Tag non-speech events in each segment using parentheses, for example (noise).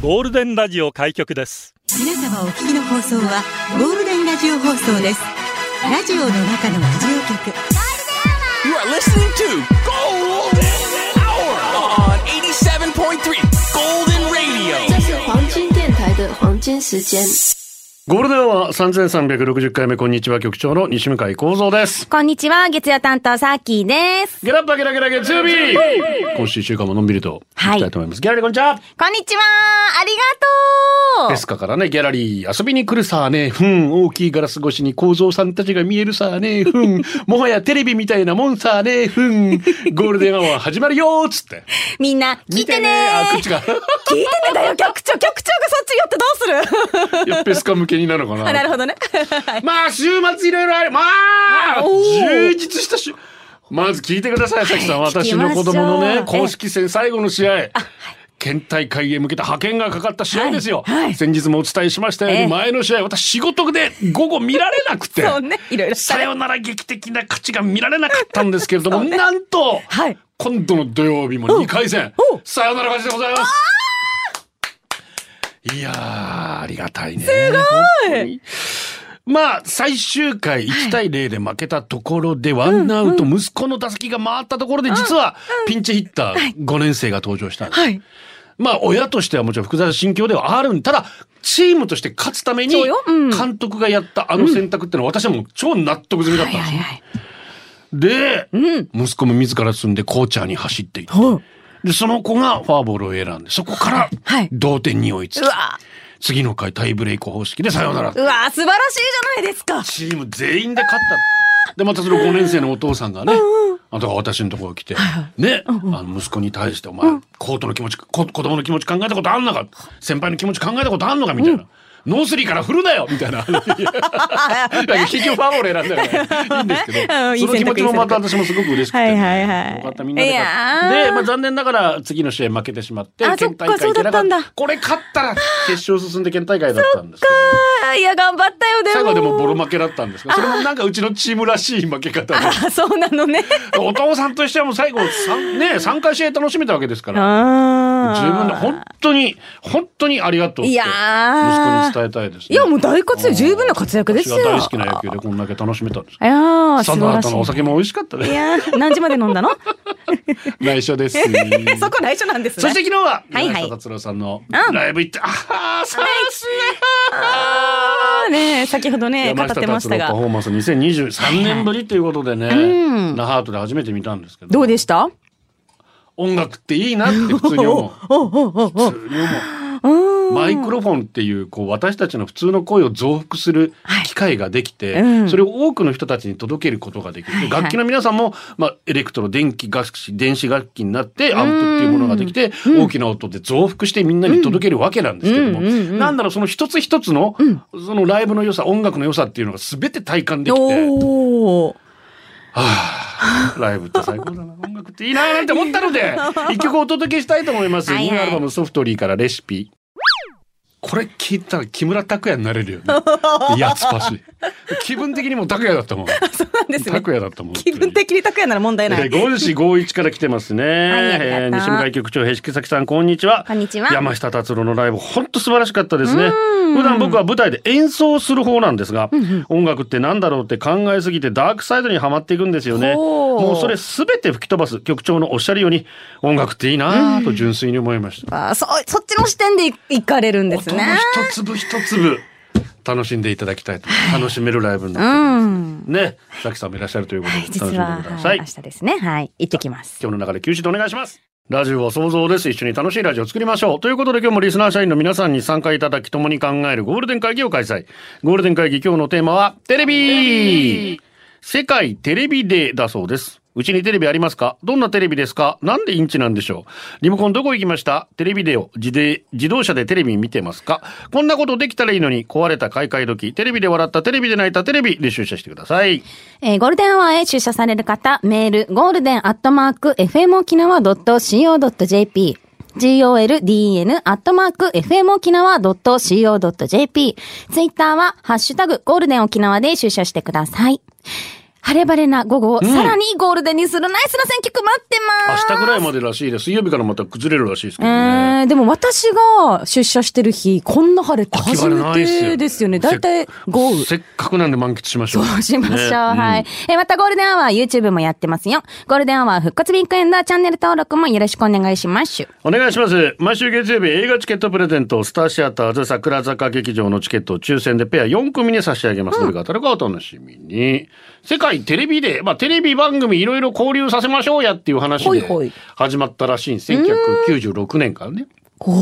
ゴールデンラジオ開局です皆様お聞きの放送はゴールデンラジオ放送ですラジオの中のラジオ局 You are listening to Golden Hour on 87.3 Golden Radio. 这是黄金电台的黄金时间。ゴールデンは三千三百六十回目こんにちは局長の西向井光三です。こんにちは、月曜担当、サーキーです。ゲラッパゲラゲラ月曜日。今週一週間ものんびりと行きたいと思います。ギャラリーこんにちは。こんにちはありがとうペスカからねギャラリー遊びに来るさあね。ふん大きいガラス越しに光三さんたちが見えるさあね。ふ (laughs) んもはやテレビみたいなもんさあね。ふんゴールデンアワー始まるよーっつって。みんな、聞いてねあーこっちが (laughs) 聞いてねだ (laughs) よ、局長局長がそっち寄ってどう (laughs) すいるやペスカ向けになるのか (laughs) あなるな。ほどね。 (laughs) まあ週末いろいろある。まあおー充実した週。まず聞いてください、さきさん。はい聞私きまのしょ子う供のえねえ、公式戦最後の試合。県大会へ向けた派遣がかかった試合ですよ。はいはい先日もお伝えしましたように、ええ前の試合、私仕事で午後見られなくて、そうね、いろいろ。 (laughs) さよなら劇的な勝ちが見られなかったんですけれども、なんと、はい今度の土曜日も2回戦おう、さよなら勝ちでございます。いやー、ありがたいね。すごいまあ、最終回1対0で負けたところで、ワンアウト、息子の打席が回ったところで、実は、ピンチヒッター5年生が登場したんです。はい。まあ、親としてはもちろん複雑な心境ではあるんただ、チームとして勝つためにそうようん、監督がやったあの選択ってのは私はもう超納得済みだったんですよ。はい。で、息子も自ら進んでコーチャーに走っていって、ほう。で、その子がフォアボールを選んで、そこからはい同点に追いつうき、わ次の回タイブレイク方式でさようならう。わ素晴らしいじゃないですか。チーム全員で勝った。で、またその5年生のお父さんがね、あとが私のところに来て、ね、あの息子に対して、お前、コートの気持ち、こ子供の気持ち考えたことあんのか、先輩の気持ち考えたことあんのか、みたいな。ノースリーから振るなよみたい (laughs) な。いや結局ファーボール選んだから、いいんですけど、うんいいその気持ちもまた選択私いい選択もすごく嬉しくて、はいはいはいよかったみんなで勝っいた。やーで、まあ残念ながら次の試合負けてしまってあ、県大会行けなそっかそかうだっったんた。だこれ勝ったら決勝進んで県大会だったんですけど。あーいや、頑張ったよ、でも。最後はでもボロ負けだったんですがそれもなんかうちのチームらしい負け方であー (laughs) そうな (laughs) のね。お父さんとしてはもう最後三ね3回試合楽しめたわけですからあ十分で本当に本当にありがとうってい息やー子に伝えたいですねいや、もう大活躍、十分な活躍ですよ。私が大好きな野球でこんだけ楽しめたんですいやーサ素ン晴ドらハットしのお酒も美味しかったい。いねやー何時まで飲んだの内緒です (laughs) そこ内緒なんですね。そして昨日ははいはい柳下達郎さんのうんライブ行ってああさすあーね先ほどね語っ山下てまし達た郎パがフォーマンス2023年ぶりということでね、うん那覇ハートで初めて見たんですけどどうでした音楽っていいなって普通に (laughs) 思う。普通に思う。マイクロフォンっていうこう私たちの普通の声を増幅する機会ができて、はいうんそれを多くの人たちに届けることができる、ではいはい楽器の皆さんも、まあ、エレクトロ電気楽器電子楽器になってアンプっていうものができて、大きな音で増幅してみんなに届けるわけなんですけども、うんうんうんうんなんだろうその一つ一つの、そのライブの良さ音楽の良さっていうのが全て体感できて、おーはあ、ライブって最高だな音楽っていいななんて思ったの (laughs) で一曲お届けしたいと思いますはいはいニューアルバム「ソフトリー」からレシピこれ聞いたら木村拓哉になれるよねやつぱし気分的にも拓哉だったもん (laughs) そうなんですね拓哉だったもん気分的に拓也なら問題ない五時五一から来てますね。いありがとうえー西向井局長、へしきさきさん、こんにちは。こんにちは山下達郎のライブ、本当素晴らしかったですね。うん普段僕は舞台で演奏する方なんですが、音楽ってなんだろうって考えすぎて、ダークサイドにはまっていくんですよね。ほうもうそれすべて吹き飛ばす局長のおっしゃるように、音楽っていいなぁと純粋に思いました。あーそそっちの視点でい行かれるんです音ねの一粒一粒。楽しんでいただきたいと楽しめるライブにうなってんますね、さきさんもいらっしゃるということで楽しん実では、くだはさい、い明。日ですねはい行ってきます今日の中で休止でお願いします。ラジオは想像です。一緒に楽しいラジオを作りましょう。ということで今日もリスナー社員の皆さんに参加いただき共に考えるゴールデン会議を開催。ゴールデン会議今日のテーマはテレビ世界テレビデーだそうです。うちにテレビありますかどんなテレビですかなんでインチなんでしょうリモコンどこ行きましたテレビデオ自で、自動車でテレビ見てますかこんなことできたらいいのに、壊れた買い替え時、テレビで笑った、テレビで泣いた、テレビで出社してください。えーゴールデンアワーへ出社される方、メール、ゴールデンアットマーク、fmokinawa.co.jp、golden アットマーク、fmokinawa.co.jp、ツイッターは、ハッシュタグ、ゴールデン沖縄で出社してください。晴れ晴れな午後をんさらにゴールデンにするナイスな選曲待ってま明す。日ぐらいまでらしいです。水曜日からまた崩れるらしいですけどね。えー、でも私が出社してる日、こんな晴れって秋初晴れめないっすよてですよね。だいたい豪雨。せっかくなんで満喫しましょう。そうしましょう。ねはい。えー、またゴールデンアワー YouTube もやってますよ。ゴールデンアワー復活ウィークエンダーチャンネル登録もよろしくお願いします。お願いします。毎週月曜日映画チケットプレゼント、スターシアターズ桜坂劇場のチケットを抽選でペア4組に差し上げます。どれが当たるかお楽しみに。世界テレビで、まあテレビ番組いろいろ交流させましょうやっていう話ほいでほい始まったらしいんです。1996年からね。おお。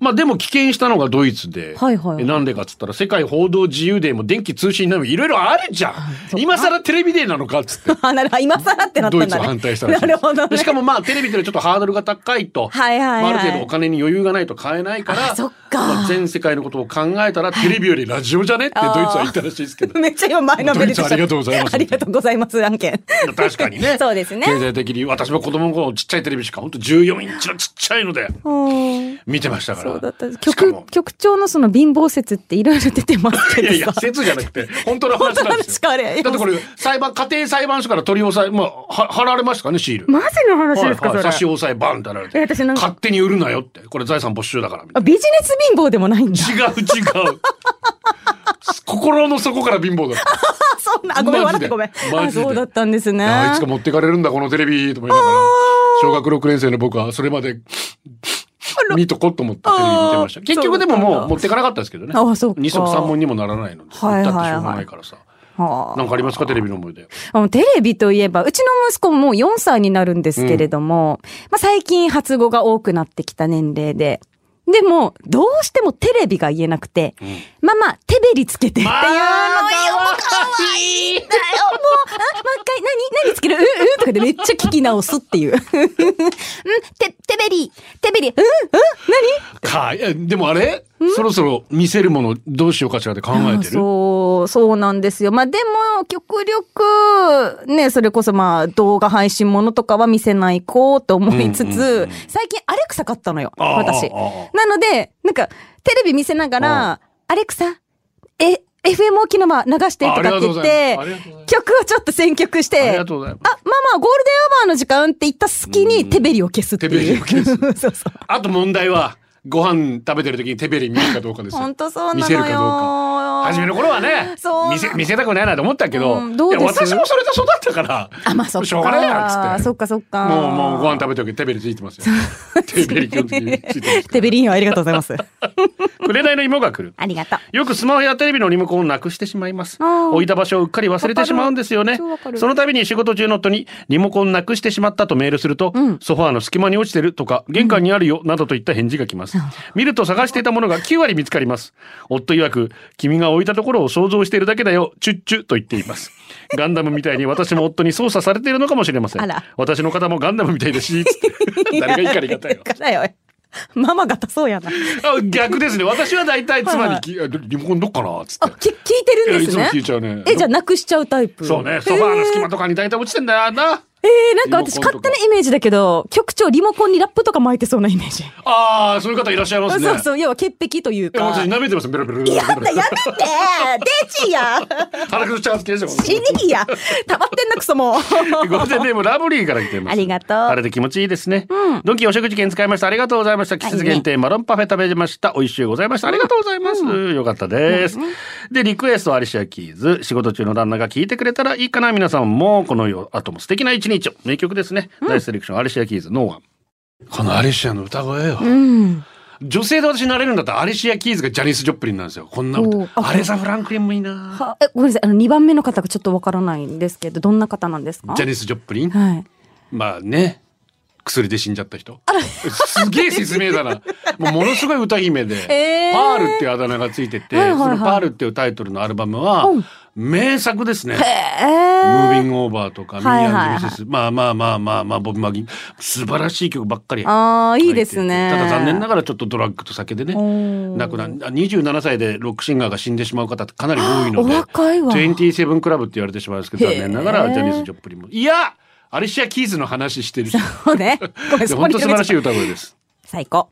まあでも棄権したのがドイツで。はいはいはいえなんでかっつったら世界報道自由デーも電気通信などいろいろあるじゃん。今更テレビデーなのかっつって。あ、なるほど。今更ってなったんドだね。イツは反対したらしいなでるすほど、ね。でしかもまあテレビというのはちょっとハードルが高いと、はいはいはいまあ、ある程度お金に余裕がないと買えないからあそっかまあ全世界のことを考えたらテレビよりラジオじゃねってドイツは言ったらしいですけ (laughs) ど。めっちゃ今前のめりでしたドイツありがとうございますありがとうございます、案件。確かにね (laughs) そうですね経済的に私も子供の頃ちっちゃいテレビしか本当14インチのちっちゃいのでうん見てましたからそうだった。しか曲も、局長のその貧乏説っていろいろ出てますけいどやさ。いや、説じゃなくて、本当の話なんですよ。 (laughs) 本当の話かあれだってこれ、裁判、家庭裁判所から取り押さえ、まあ、は貼られましたからね、シール。マジの話はいですか、はい差しそれ。押さえ、バンって貼られて。え私なんか勝手に売るなよって。これ財産没収だから、みたあいビジネス貧乏でもないんだ。な。違う、違う。心の底から貧乏だった。 (laughs) あ、そんな、あ、ごめん、マ笑ジでってごめん。マあ、ジでそうだったんですね。あいつか持ってかれるんだ、このテレビ、と思いながら。小学6年生の僕は、それまで、見とこっと思ってテレビ見てました。あー結局でもそうもだっうたんだ持ってかなかったですけどね。あそうか二足三門にもならないので。はいはいはいだってしょうがないからさ。はあなんかありますか、テレビの思い出。あのテレビといえば、うちの息子ももう4歳になるんですけれども、まあ最近発語が多くなってきた年齢で。でも、どうしてもテレビが言えなくて、ママ、テベリつけてっていうのよ、もう、いい。あ、もう一回、何何つけるう、うとかでめっちゃ聞き直すって (laughs) いう。うん、て、テベリ、テベリ、うん、うん、かいやでもあれそろそろ見せるものどうしようかしらって考えてるそう、そうなんですよ。まあでも、極力、ね、それこそまあ動画配信ものとかは見せないこうと思いつつ、最近アレクサ買ったのよ、あーあ私ー。なので、なんか、テレビ見せながあら、アレクサ、え、FM 沖縄流してとあかありがってとうご言っざいてますありがとうございま、曲をちょっと選曲して、ありあ、がマとうございますマ、ゴールデンアワーの時間って言った隙に、テベリを消すっていう。テベリを消す (laughs) そうそう。あと問題はご飯食べてる時に手べり見るかどうかですよ本当そうなのよ見せるかどうか初めの頃はねそう見せ見せたくないなと思ったけど,、うんどうですいや私もそれで育ったからあ、まあそっか。しょうがないなっつってそっかそっか。もうもうご飯食べてる時手べりついてますよ手べり基本的についてます (laughs) テベリーンはありがとうございます。紅の芋が来るありがとう。よくスマホやテレビのリモコンをなくしてしまいますあー置いた場所をうっかり忘れてしまうんですよねわかる超わかるその度に仕事中の夫にリモコンなくしてしまったとメールすると、んソファーの隙間に落ちてるとか玄関にあるよなどといった返事が来ます、見ると探していたものが9割見つかります夫曰く君が置いたところを想像しているだけだよチュッチュと言っていますガンダムみたいに私も夫に操作されているのかもしれませんあら私の方もガンダムみたいですしつって (laughs) 誰が怒りがたいよいや誰が怒りがたいママがたそうやな。あ逆ですね私は大体妻にきあ「リモコンどっかな?」っつってあ、き聞いていやるんいですつもね。聞いちゃうね。え、じゃあなくしちゃうタイプそうね、ソファーの隙間とかに大体落ちてんだよな。えー、なんか私リモコン勝とか手なイメージだけど、局長リモコンにラップとか巻いてそうなイメージ。ああ、そういう方いらっしゃいますね。そうそう、要は潔癖といういや、か。私舐めてますよ、ベロベロベロやめてやめてデジや腹くずチャンス消して死にぎや溜まってんなクソもうゴールデンネームラブリーから来ています。ありがとう晴れて気持ちいいですね。ドンキーお食事券使いました。ありがとうございました。季節限定マロンパフェ食べました。美味しゅうございました。ありがとうございます。よかったです。で、リクエストアリシアキーズ。仕事中の旦那が聞いてくれたらいいかな。皆さんも、このよ、あとも素敵な一日を。名曲ですね。ナイスセレクション、アリシアキーズ、ノーワン。このアリシアの歌声よ。うん女性で私なれるんだったらアリシア・キーズがジャニス・ジョプリンなんですよ。こんなお歌う。あアレサ・フランクリンもいいな。はえごめんなさいあの2番目の方がちょっとわからないんですけどどんな方なんですかジャニス・ジョプリン。はいまあね。薬で死んじゃった人。すげえ説明だな。もうものすごい歌姫で、 (laughs) えーパールっていうあだ名がついてて、はいはいはいそのパールっていうタイトルのアルバムはうん、名作ですね。えムーービングオーバーとか、ミはいはーいはアいンドミセス、まあまあまあまあまあ、ボブ・マギン、素晴らしい曲ばっかり。ああ、いいですね。ただ残念なががらちょっとドラッグと酒でねおー亡くなるあ27歳でロックシンガーが死んでしまう方ってかなり多いのでお若いわ27クラブって言われてしまうんですけどへー残念ながらジャニーズ・ジョプリンもいやアリシア・キーズの (laughs) 話してるし (laughs) ら。そうね。ごめん、いやそこ本に当素晴らしい歌声です最高。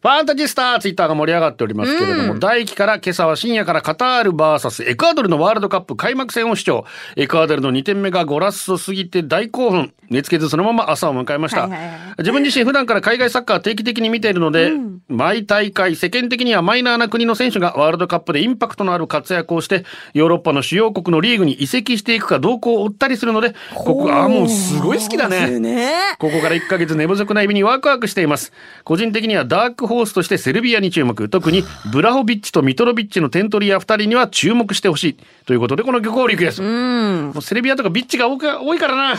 ファンタジスタツイッターが盛り上がっておりますけれども、うん大輝から今朝は深夜からカタール VS エクアドルのワールドカップ開幕戦を視聴。エクアドルの2点目がゴラッソ過ぎて大興奮。寝つけずそのまま朝を迎えました。はいはいはい自分自身普段から海外サッカーは定期的に見ているので、毎大会世間的にはマイナーな国の選手がワールドカップでインパクトのある活躍をして、ヨーロッパの主要国のリーグに移籍していくか動向を追ったりするので、ここ、あー、もうすごい好きだね。ここから1ヶ月寝不足な意味にワクワクしています。個人的にはダークホースとしてセルビアに注目。特にブラホビッチとミトロビッチの点取り屋2人には注目してほしい。ということで、この曲をリクエスト。うん。もうセルビアとかビッチが多か多いからな。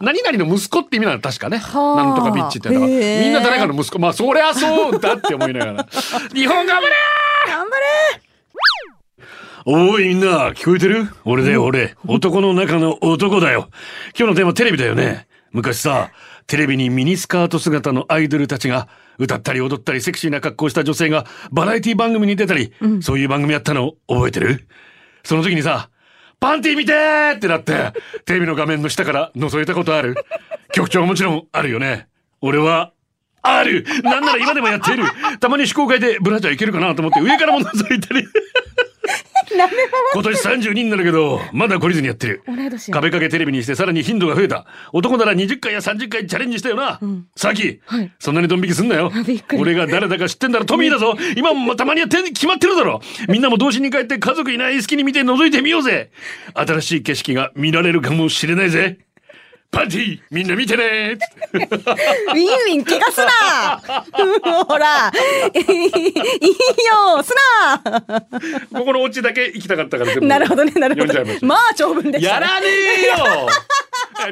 何々の息子って意味なの確かね。はあなんとかビッチってだから。みへえんな誰かの息子。まあそりゃそうだって思いなが (laughs) ら。日本頑張れ頑張れおいみんな、聞こえてる俺だよ俺。男の中の男だよ。今日のテーマテレビだよね。昔さ、テレビにミニスカート姿のアイドルたちが歌ったり踊ったりセクシーな格好をした女性がバラエティ番組に出たり、そういう番組やったの覚えてるその時にさ、パンティ見てーってなって、テレビの画面の下から覗いたことある局長はもちろんあるよね。俺は、あるなんなら今でもやっているたまに非公開でブラジャーいけるかなと思って上からも覗いたり。今年32になるけど、まだ懲りずにやってる。い年や壁掛けテレビにしてさらに頻度が増えた。男なら20回や30回チャレンジしたよな。さき、はいそんなにドン引きすんなよびっく。り俺が誰だか知ってんだろ、トミーだぞ。今もたまにやってん決まってるだろ。みんなも童心に帰って家族いない好きに見て覗いてみようぜ。新しい景色が見られるかもしれないぜ。パーティー、みんな見てねウィンウィン怪我すな (laughs) ほらいいよすなここのオチだけ行きたかったから全部なるほどね、なるほ読んじゃいまし。どたまあ、長文でした、やね。らねえよ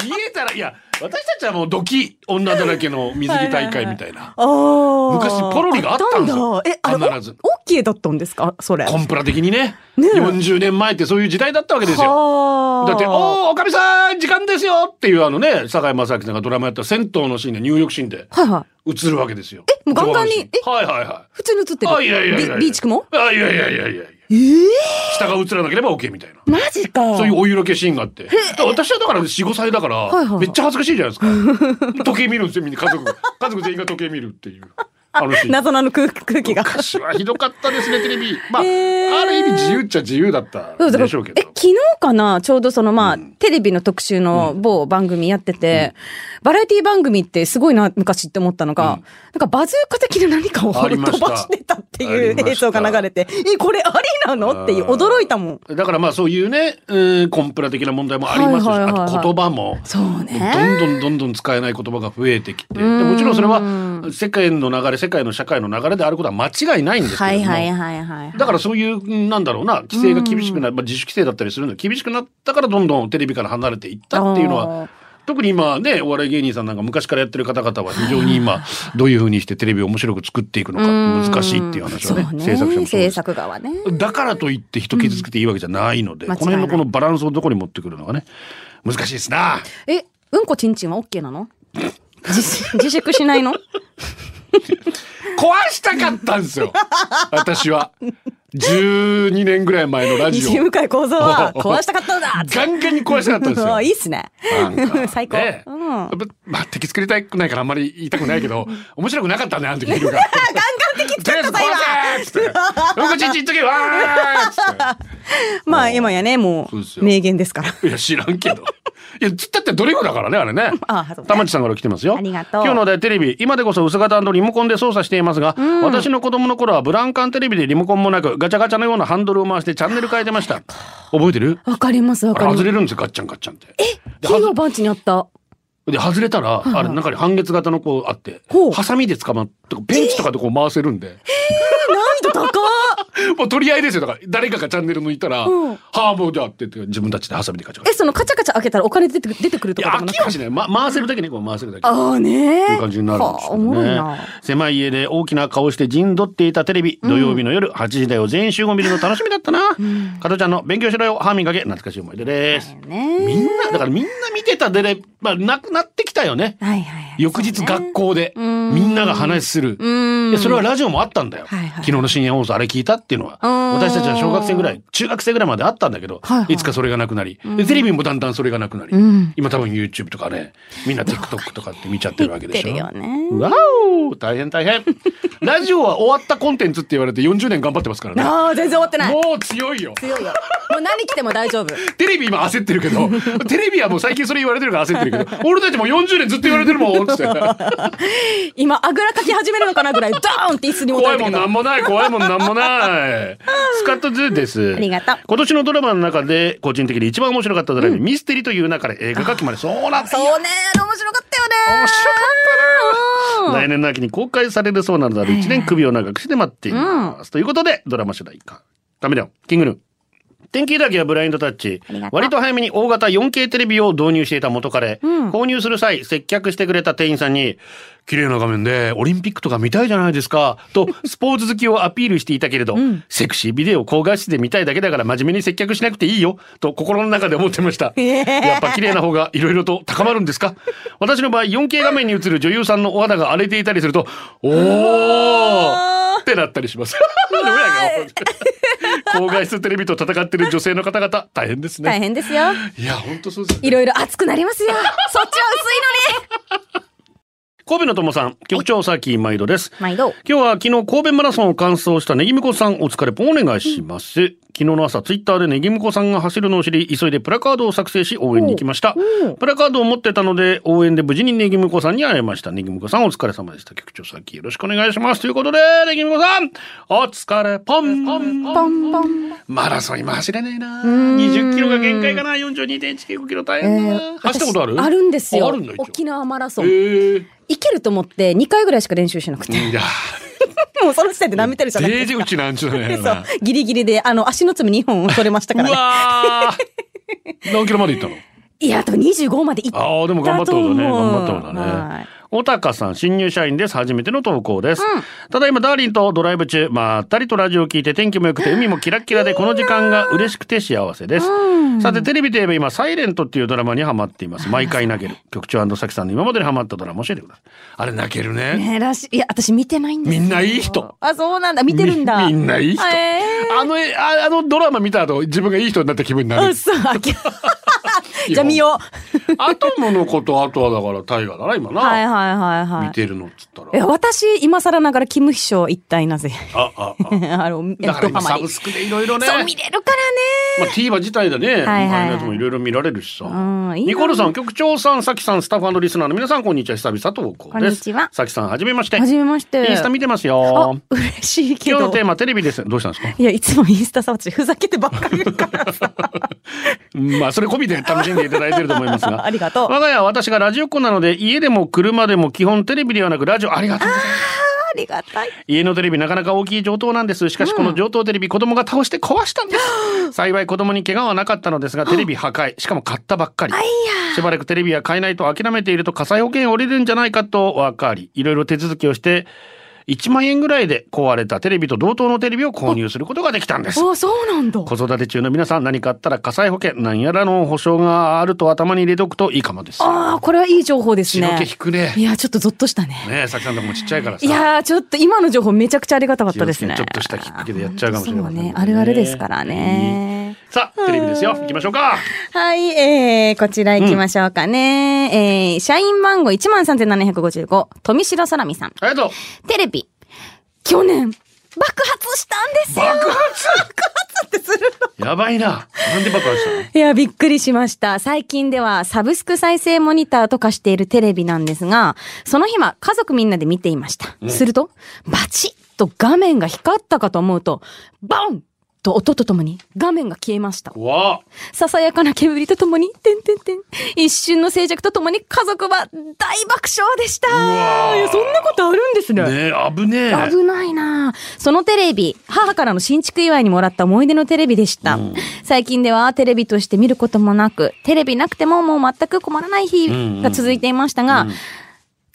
見えたらいや私たちはもうドキ女だらけの水着大会みたいなおー昔ポロリがあったんですよあったえ、あれ、必オずッケーだったんですかそれ。コンプラ的にねねえ40年前ってそういう時代だったわけですよはあだって「おーおかみさん時間ですよ!」っていうあのね堺正明さんがドラマやった銭湯のシーンで入浴シーンではいはい。映るわけですよえもうガンガンに上半身はいはいは普通に映っている。あいやいやいやいやビビーチクもあいやいやいやいやいやええ下が映らなければ OK みたいなマジか。そういうお色気シーンがあって。私はだから4、5歳だから、はいはいめっちゃ恥ずかしいじゃないですか。時計見るんですよ、みんな家族が。家族全員が時計見るっていう。あのシーン。謎なの空 (laughs) 気空気が。昔はひどかったですね、テレビ。まあ、へーある意味自由っちゃ自由だったそうだからでしょうけどえ、。昨日かなちょうどそのまあ、テレビの特集の某番組やってて、バラエティ番組ってすごいな、昔って思ったのが、なんかバズーカ的な何かをありました飛ばしてたっていありうま映した像が流れて、え、これありなのっていう、あー驚いたもん。だからまあそういうね、うんコンプラ的な問題もありますし、はいはいはいあはいと言葉も。そうどね。んどんどんどん使えない言葉が増えてきて、でもちろんそれは世界の流れ、世界の社会の流れであることは間違いないんですけはれいども、はいはいはい。だからそういう、うんなんだろうな、規制が厳しくなる、まあ、自主規制だったりするの、厳しくなったからどんどんテレビから離れていったっていうのあーは、特に今ね、お笑い芸人さんなんか昔からやってる方々は非常に今、どういうふうにしてテレビを面白く作っていくのかって難しいっていう話そはうね、制作者もそう制です。作側ね。だからといって人傷つけていいわけじゃないので、うんこの辺の間違こいなのバランスをどこに持ってくるのがね、難しいですな。え、うんこちんちんは OK なの自 (laughs) 自粛しないの壊したかったんです (laughs) よ私は。12年ぐらい前のラジ西オ向。井構造は壊したかったんだガンガンに壊したかったんですよ (laughs) あ。いいっすね。なんか (laughs) 最高ねうんやっぱまあ、敵作りたくないからあんまり言いたくないけど、面白くなかったね、あの時昼 (laughs) が。ガンガン敵作ったぞ、今つって。うんこちんちんとけ、わーっつっまあ今やね、もそうですうよ名言ですから。 (laughs) て。いや、知らんけど。いや、つったってドリフだからね、あれね。あそうね玉地さんから来てますよ。ありがとう今日のお題テレビ、今でこそ薄型リモコンで操作していますが、私の子供の頃はブランカンテレビでリモコンもなく、ガチャガチャのようなハンドルを回してチャンネル変えてました。覚えてるわかりますわあかれりま外す。れるんですよ、ガッチャンガッチャンって。でキーのバンチにあった。で外れたら、あれ中に半月型のこうあってほうハサミで捕まってベンチとかでこう回せるんで、難易度高っもう取り合いですよだから誰かがチャンネル抜いたら「うんはあもうじゃあ」って言って自分たちでハサミでカチャカえ、チそのカチャカチャ開けたらお金出てく出てくるャいとかやで飽もなくきはしない、ま、回せるだけねこう回せるだけ。ああねという感じになるんですはあよおもろいねな。狭い家で大きな顔して陣取っていたテレビ、土曜日の夜8時台を全員集合見るの楽しみだったな。加トちゃんの勉強しろよ、歯磨け、懐かしい思い出です。みねんな、だからみんな見てたでね、まあなくなってきたよね。はいはいはい。翌日そうね学校で、んんみんなが話する。うんいやそれはラジオもあったんだよ。はいはい昨日の深夜放送あれ聞いたっていうのは、うん私たちは小学生ぐらい、中学生ぐらいまであったんだけど、はいいはいつかそれがなくなり、でテレビもだんだんそれがなくなり、うん今多分 YouTube とかね、みんな TikTok とかって見ちゃってるわけでし言ってるょよ。ねうわお大変大 (laughs) 変ラジオは終わったコンテンツって言われて40年頑張ってますからね。ああ全然終わってないもう強いよ。強いよもう何来ても大丈夫テレビ今焦ってるけど、テレビはもう最近それ言われてるから焦ってるけ (laughs) ど、俺たちも40年ずっと言われてるもん、つって。今あぐらかき始めるのかなぐらいドーンって椅子に持た怖いれてもるんなんもない、怖いもんなんもない。スカットズーです。ありがとう今年のドラマの中で、個人的に一番面白かったドラマ、ミステリーという中で映画化決まり。そうなんだよそうね面白かったよね面白か白来年の秋に公開されるそうなので、1年首を長くして待っています。ということで、ドラマ主題歌。ダメだよ。キングヌー。天気だけはブラインドタッチりがと。う割と早めに大型 4K テレビを導入していた元彼、うん購入する際、接客してくれた店員さんに、綺麗な画面でオリンピックとか見たいじゃないですか、とスポーツ好きをアピールしていたけれど、んセクシービデオを高画質で見たいだけだから真面目に接客しなくていいよ、と心の中で思ってました。やっぱ綺麗な方がいろいろと高まるんですか私の場合 4K 画面に映る女優さんのお肌が荒れていたりすると、おーってなったりします。どうやが高画質テレビと戦ってる女性の方々、大変です大ね。変ですよいや、本当そうですね。いろいろ熱くなりますよそっちは薄いのに神戸の友さん、局長さき毎度です。毎度今日は昨日神戸マラソンを完走したネギムコさんお疲れぽんお願いします。昨日の朝ツイッターでネギムコさんが走るのを知り急いでプラカードを作成し応援に行きました。プラカードを持ってたので応援で無事にネギムコさんに会えました。ネギムコさんお疲れ様でした。局長さっきよろしくお願いします。ということでネギムコさんお疲れぽんポンポンマラソン今走れねえな。20キロが限界かな。42.195キロ大変だな、走ったことある私あるんですよああるんだ一応沖縄マラソえンー、いけると思って2回ぐらいしか練習しなくて (laughs) いや、もうその時点で舐めてるじゃないデーでジす打か。ちなんちゅうのやろそうな。ギリギリで、あの、足の爪2本取れましたからうね。わー何キロまで行ったのいや、あと25までいったと思あう。あでも頑張ったことね頑張ったことだはいね。おたかさん新入社員です初めての投稿です、ただいまダーリンとドライブ中まったりとラジオを聞いて天気も良くて海もキラッキラでこの時間が嬉しくて幸せです、さてテレビといえば今「サイレントっていうドラマにハマっています毎回泣ける局長さきさんの今までにハマったドラマ教えてくださいあれ泣けるねねえらしい。いや、私見てないんですよみんないい人。あ、そうなんだ。見てるんだ。みみんないい人えあのえああのドラマ見た後自分がいい人になった気分にーなうっるそ。あ (laughs) きじゃあ見よう。アトムのことあとはだから大河だな今な、はいはいはいはい。見てるのっつったらいや、私、今更ながら、キム秘書一体なぜ。あああ (laughs) あの、だから今ドハマサりブスクでいろいろね。そう、見れるからまあ、TVer 自体でね、はいはいはいあのやつもいろいろ見られるしさ。うんいいなニコルさん、局長さん、サキさん、スタッフリスナーの皆さん、こんにちは。久々投稿です。こんにちはサキさん、はじめまして。ね。はじめまして。インスタ見てますあよ。、嬉しいけ今日のどテ。ーマ、テレビです。どうしたんですかいや、いつもインスタさ、私、ふざけてばっかりいるからさ。まあ、それ込みで楽しんでいただいてると思います (laughs) が。 (laughs) ありがとう。我が家は私がラジオっ子なので、家でも車でも基本テレビではなくラジオ、ありがとうございます。ありがたい。家のテレビなかなか大きい上等なんですしかしこの上等テレビ子供が倒して壊したんです、幸い子供に怪我はなかったのですがテレビ破壊しかも買ったばっかりしばらくテレビは買えないと諦めていると火災保険降りるんじゃないかと分かりいろいろ手続きをして1万円ぐらいで壊れたテレビと同等のテレビを購入することができたんですあ、そうなんだ。子育て中の皆さん何かあったら火災保険なんやらの保証があると頭に入れておくといいかもですああ、これはいい情報です白毛ね引。くねいや、ちょっとゾッとしたね。ねえさきさんとかもちっちゃいからさいやー、ちょっと今の情報めちゃくちゃありがたかったですね。気をつけてちょっとしたきっかけでやっちゃうかもしれませんそうねね。あるあるですからね。さあテレビですよ行きましょうかはい、えー、こちら行きましょうかね。えー、社員番号13,755、富城空美さん。ありがとうテレビ、去年、爆発したんですよ爆発爆発ってするのやばいな。なんで爆発したのいや、びっくりしました。最近ではサブスク再生モニターと化しているテレビなんですが、その日は家族みんなで見ていました。すると、バチッと画面が光ったかと思うと、バンと音とともに画面が消えました。怖っささやかな煙とともに、てんてんてん。一瞬の静寂とともに家族は大爆笑でした。いや、そんなことあるんですね。ねえ、危ねえ。危ないなあそのテレビ、母からの新築祝いにもらった思い出のテレビでした。最近ではテレビとして見ることもなく、テレビなくてももう全く困らない日が続いていましたが、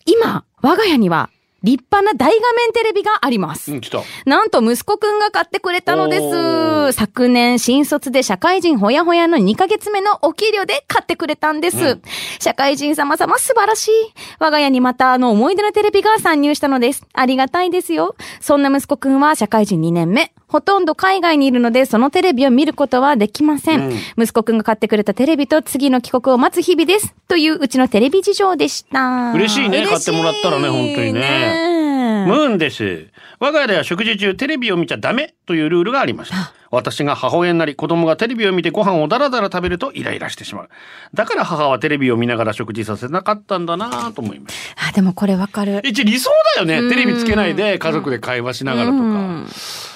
今、我が家には立派な大画面テレビがあります。うん、来た。なんと息子くんが買ってくれたのでおーす。昨年新卒で社会人ほやほやの2ヶ月目のお給料で買ってくれたんです。社会人様様素晴らしい。我が家にまたあの思い出のテレビが参入したのです。ありがたいですよ。そんな息子くんは社会人2年目。ほとんど海外にいるので、そのテレビを見ることはできません。息子くんが買ってくれたテレビと次の帰国を待つ日々です。といううちのテレビ事情でした。嬉しいね買ってもらったらね嬉し本い当にねねムーンです。我が家では食事中テレビを見ちゃダメというルールがありました。私が母親になり子供がテレビを見てご飯をダラダラ食べるとイライラしてしまう。だから母はテレビを見ながら食事させなかったんだなぁと思います。あ、でもこれわかる。一理想だよね。テレビつけないで家族で会話しながらとうんか。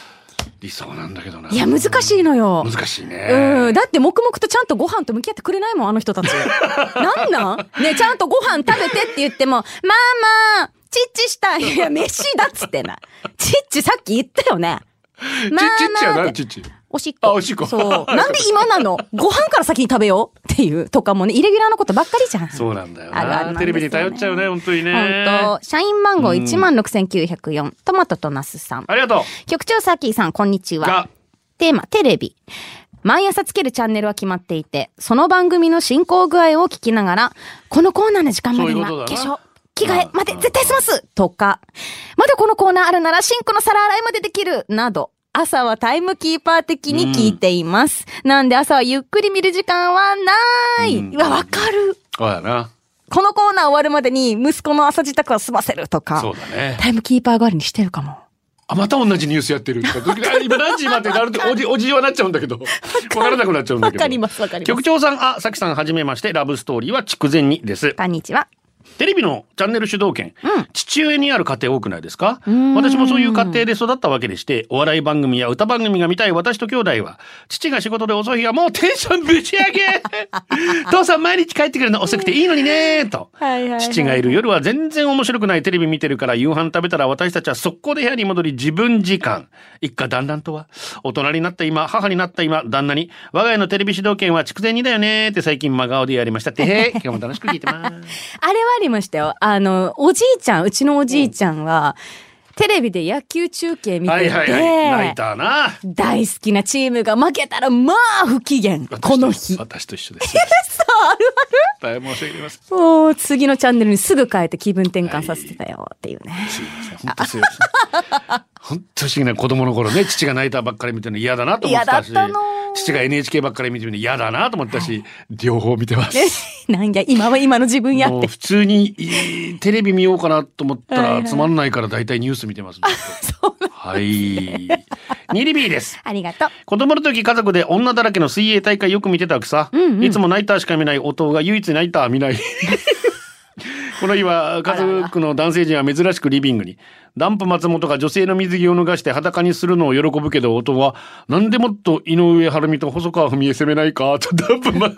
理想なんだけどな。いや、難しいのよ。難しいね。うん。だって、黙々とちゃんとご飯と向き合ってくれないもん、あの (laughs) 人たち。なんなんね、ちゃんとご飯食べてって言っても、ママ、チッチしたい。いや、飯だっつってな。チッチさっき言ったよ (laughs) ね。ちマちっちゃマな、ってちっち。おしっあこ。おしっこそう。なんで今なのご飯から先に食べようっていうとかもね、イレギュラーなことばっかりじゃん。そうなんだよあるあるなんな。ですよねテレビに頼っちゃうね、本当にね。本当シャインマンゴー16,904、トマトとナスさん。ありがと局長サーキーさん、こんにちう。は。が、テーマ、テレビ。毎朝つけるチャンネルは決まっていて、その番組の進行具合を聞きながら、このコーナーの時間までには、そういう化ことだな粧、着替うえん、まで絶対済ますとか、まだこのコーナーあるなら、シンクの皿洗いまでできるなど、朝はタイムキーパー的に聞いています。なんで朝はゆっくり見る時間はない、うんうわ、わかるそうだな。このコーナー終わるまでに息子の朝支度は済ませるとかそう、だね。タイムキーパー代わりにしてるかも。あ、また同じニュースやって (laughs) るとか。時々あ今何時までなると、おじ、おじはなっちゃうんだけど。わからなくなっちゃうんだわけど。かります、わかりま局す。長さん、あ、さきさんはじめまして、ラブストーリーは筑前にです。こんにちは。テレビのチャンネル主導権、父親にある家庭多くないですかん私もそういう家庭で育ったわけでして、お笑い番組や歌番組が見たい私と兄弟は、父が仕事で遅い日はもうテンションぶち上 (laughs) げ父さん毎日帰ってくるの遅くていいのにねと。はいはいはい父がいる夜は全然面白くないテレビ見てるから夕飯食べたら私たちは速攻で部屋に戻り自分時間。一家団らんとは。大人になった今、母になった今、旦那に、我が家のテレビ主導権は筑前にだよねって最近真顔でやりましたって。へー今日も楽しく聞いてます。あれはありましたよ。あの、おじいちゃん、うちのおじいちゃんは、テレビで野球中継見てはて、いはいはい。泣いたな。大好きなチームが負けたら、まあ、不機嫌。この日。そう、私と一緒です。ある大変申し訳ありません。あるもう、次のチャンネルにすぐ変えて気分転換させてたよっていうね。 (laughs) すいません。本当すいません。本当不思議な子供の頃ね、父が泣いたばっかり見てるの嫌だなと思ってたし嫌だったの、父が NHK ばっかり見てるの嫌だなと思ってたし、両方見てます。なんや、今は今の自分やっもうて。普通にいいテレビ見ようかなと思ったはいはらいつまんないから大体ニュース見てます。そうはい。ニリビーです。ありがとう。子供の時家族で女だらけの水泳大会よく見てたわけさ、んうんいつもナイターしか見ない弟が唯一ナイター見ないこの日は家族の男性陣は珍しくリビングにダンプ松本が女性の水着を脱がして裸にするのを喜ぶけど弟はなんでもっと井上晴美と細川文江攻めないかとダンプ松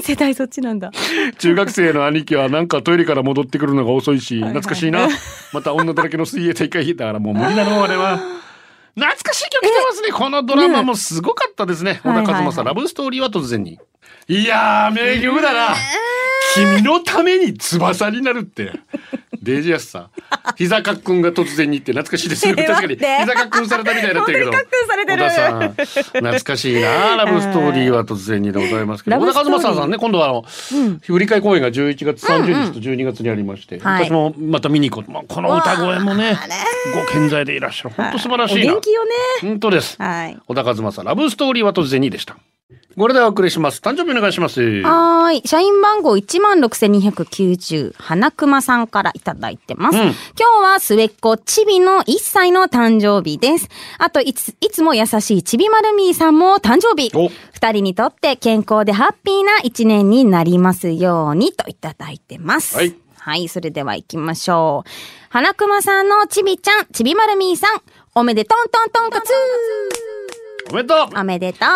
世代そっちなんだ。 (laughs) 中学生の兄貴はなんかトイレから戻ってくるのが遅いし、懐かしい (laughs) な。また女だらけの水泳大会だからもう無理だろう、あれ (laughs) は。懐かしい曲来てますね。このドラマもすごかったですね。小はい田は和いはい正、ラブストーリーは突然に。いやー、名曲だな。君のために翼になるって。デイジアス (laughs) さん。膝かっくんが突然にって懐かしいですよ。え確かに。待って膝かっくんされたみたいになってるけど。 (laughs) 本当にかっくんされ小田さん。 (laughs) 懐かしい (laughs) な。ラブストーリーは突然にでございますけど。ラ小ブス田トー和リー正さんね、今度はあの、振り替え公演が11月30日と12月にありまして、はい私もまた見に行こう。まあこの歌声もね、ご健在でいらっしゃる。本当素晴らおしいな元。気よね。本当です。はい。小田和正、ラブストーリーは突然にでした。これでお送りします。誕生日お願いします。はーい。社員番号16,290、花熊さんからいただいてます。うん今日は末っ子、ちびの1歳の誕生日です。あと、いつ、いつも優しいちびまるみーさんも誕生日お。二人にとって健康でハッピーな一年になりますようにといただいてます。はい。はい、それでは行きましょう。花熊さんのちびちゃん、ちびまるみーさん、おめでとんとんとんかつおめでとうおめでとう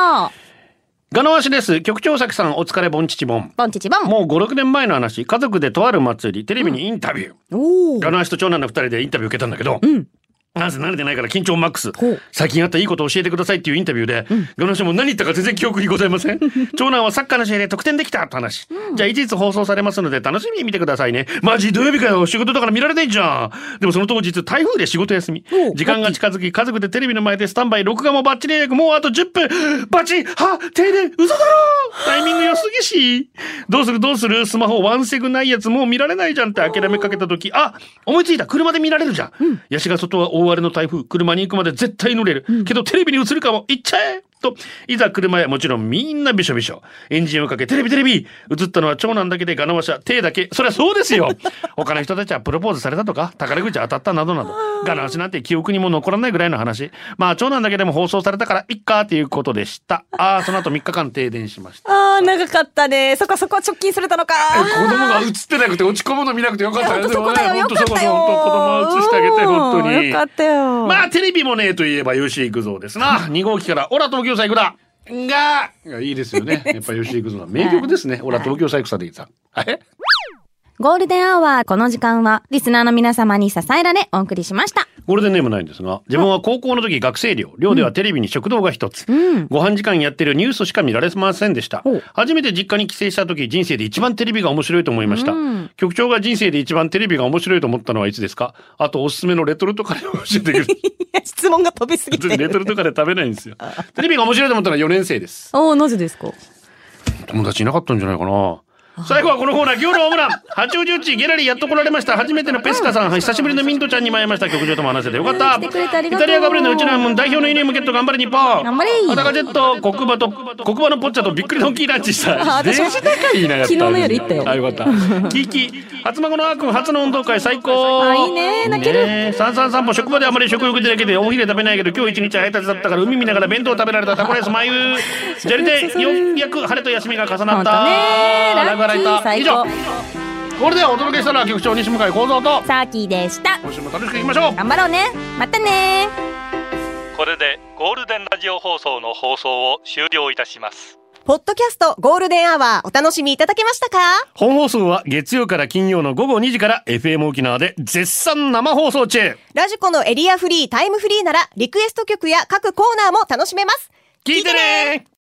ガノワシです。局長作さん、お疲れ、ボンチチボン。ぼんちちぼんもう5、6年前の話、家族でとある祭り、テレビにインタビュー。おーガナーシと長男の二人でインタビュー受けたんだけど、なんせ慣れてないから緊張マックスほう。最近あったいいこと教えてくださいっていうインタビューで、ガノシも何言ったか全然記憶にございませ (laughs) ん。長男はサッカーの試合で得点できたって話。じゃあ、いつ放送されますので楽しみに見てくださいね。マジ土曜日かよ。仕事だから見られないじゃん。でもその当日、台風で仕事休みお。時間が近づき、家族でテレビの前でスタンバイ、録画もバッチリ予約、もうあと10分。バチは停電嘘だろタイミング良すぎし。どうするどうするスマホワンセグないやつもう見られないじゃんって諦めかけた時、あ思いついた車で見られるじゃん。ヤシが外は大荒れの台風。車に行くまで絶対乗れる。けどテレビに映るかも。行っちゃえと、いざ車へ、もちろんみんなびしょびしょ。エンジンをかけ、テレビテレビ映ったのは長男だけで、ガノワシャ、手だけ。そりゃそうです (laughs) よ他の人たちはプロポーズされたとか、宝くじ当たったなどなど。ガノワシなんて記憶にも残らないぐらいの話。まあ、長男だけでも放送されたから、いっかっていうことでした。ああ、その後3日間停電しました。ああ、長かったね。そっかそこは直近されたのか。子供が映ってなくて落ち込むの見なくてよかった本ね。当でそもこねだよ。よ本当かそっこたそよ。こ本当子供映してあげて、本当うんに。よかったよ。まあ、テレビもねえといえば吉幾三ですな。2号機から、オラ東京サイクだが、いやいいですよね。やっぱ吉幾三は名曲ですね。オラ東京サイクさんでいいさ。えゴールデンアワー、この時間は、リスナーの皆様に支えられ、お送りしました。ゴールデンネームないんですが、自分は高校の時学生寮、寮ではテレビに食堂が一つ、うんご飯時間やってるニュースしか見られませんでしたほう。初めて実家に帰省した時、人生で一番テレビが面白いと思いました。うん局長が人生で一番テレビが面白いと思ったのはいつですかあとおすすめのレトルトカレーを教えて (laughs) くれ。質問が飛びすぎレトルトカレー食べないんですよ。テレビが面白いと思ったのは4年生です。おお、なぜですか友達いなかったんじゃないかな。最後はこのコーナー、今日のホームラン。八王子うち、ゲラリーやっと来られました。初めてのペスカさん、久しぶりのミントちゃんに参りました。局長とも話せてよかった。うん来てくれてありイがとうタリアガブレのうちの門代表のユニフォームゲット頑張れ日本。頑張れ裸ジェット、黒馬と、黒馬のポッチャとびっくりドンキーランチした。あ私も電子高いいなやっぱ昨日の夜行ったよあ、よかった。キーキー、初孫のあーくん、初の運動会最高。あいいね泣けるねえ三三三歩職場であまり食欲出なくてお昼食べないけど今日一日配達だったから海見ながら弁当食べられたタコライス眉 (laughs) じゃりてようやく晴れと休みが重な本っ当たねライブララッイキターー以最上高これではお届けしたのは局長西向井幸三とサーキーでした今週も楽しくいきましょう頑張ろうねまたねこれでゴールデンラジオ放送の放送を終了いたしますポッドキャストゴールデンアワーお楽しみいただけましたか本放送は月曜から金曜の午後2時から FM 沖縄で絶賛生放送中ラジコのエリアフリー、タイムフリーならリクエスト曲や各コーナーも楽しめます。聞いてね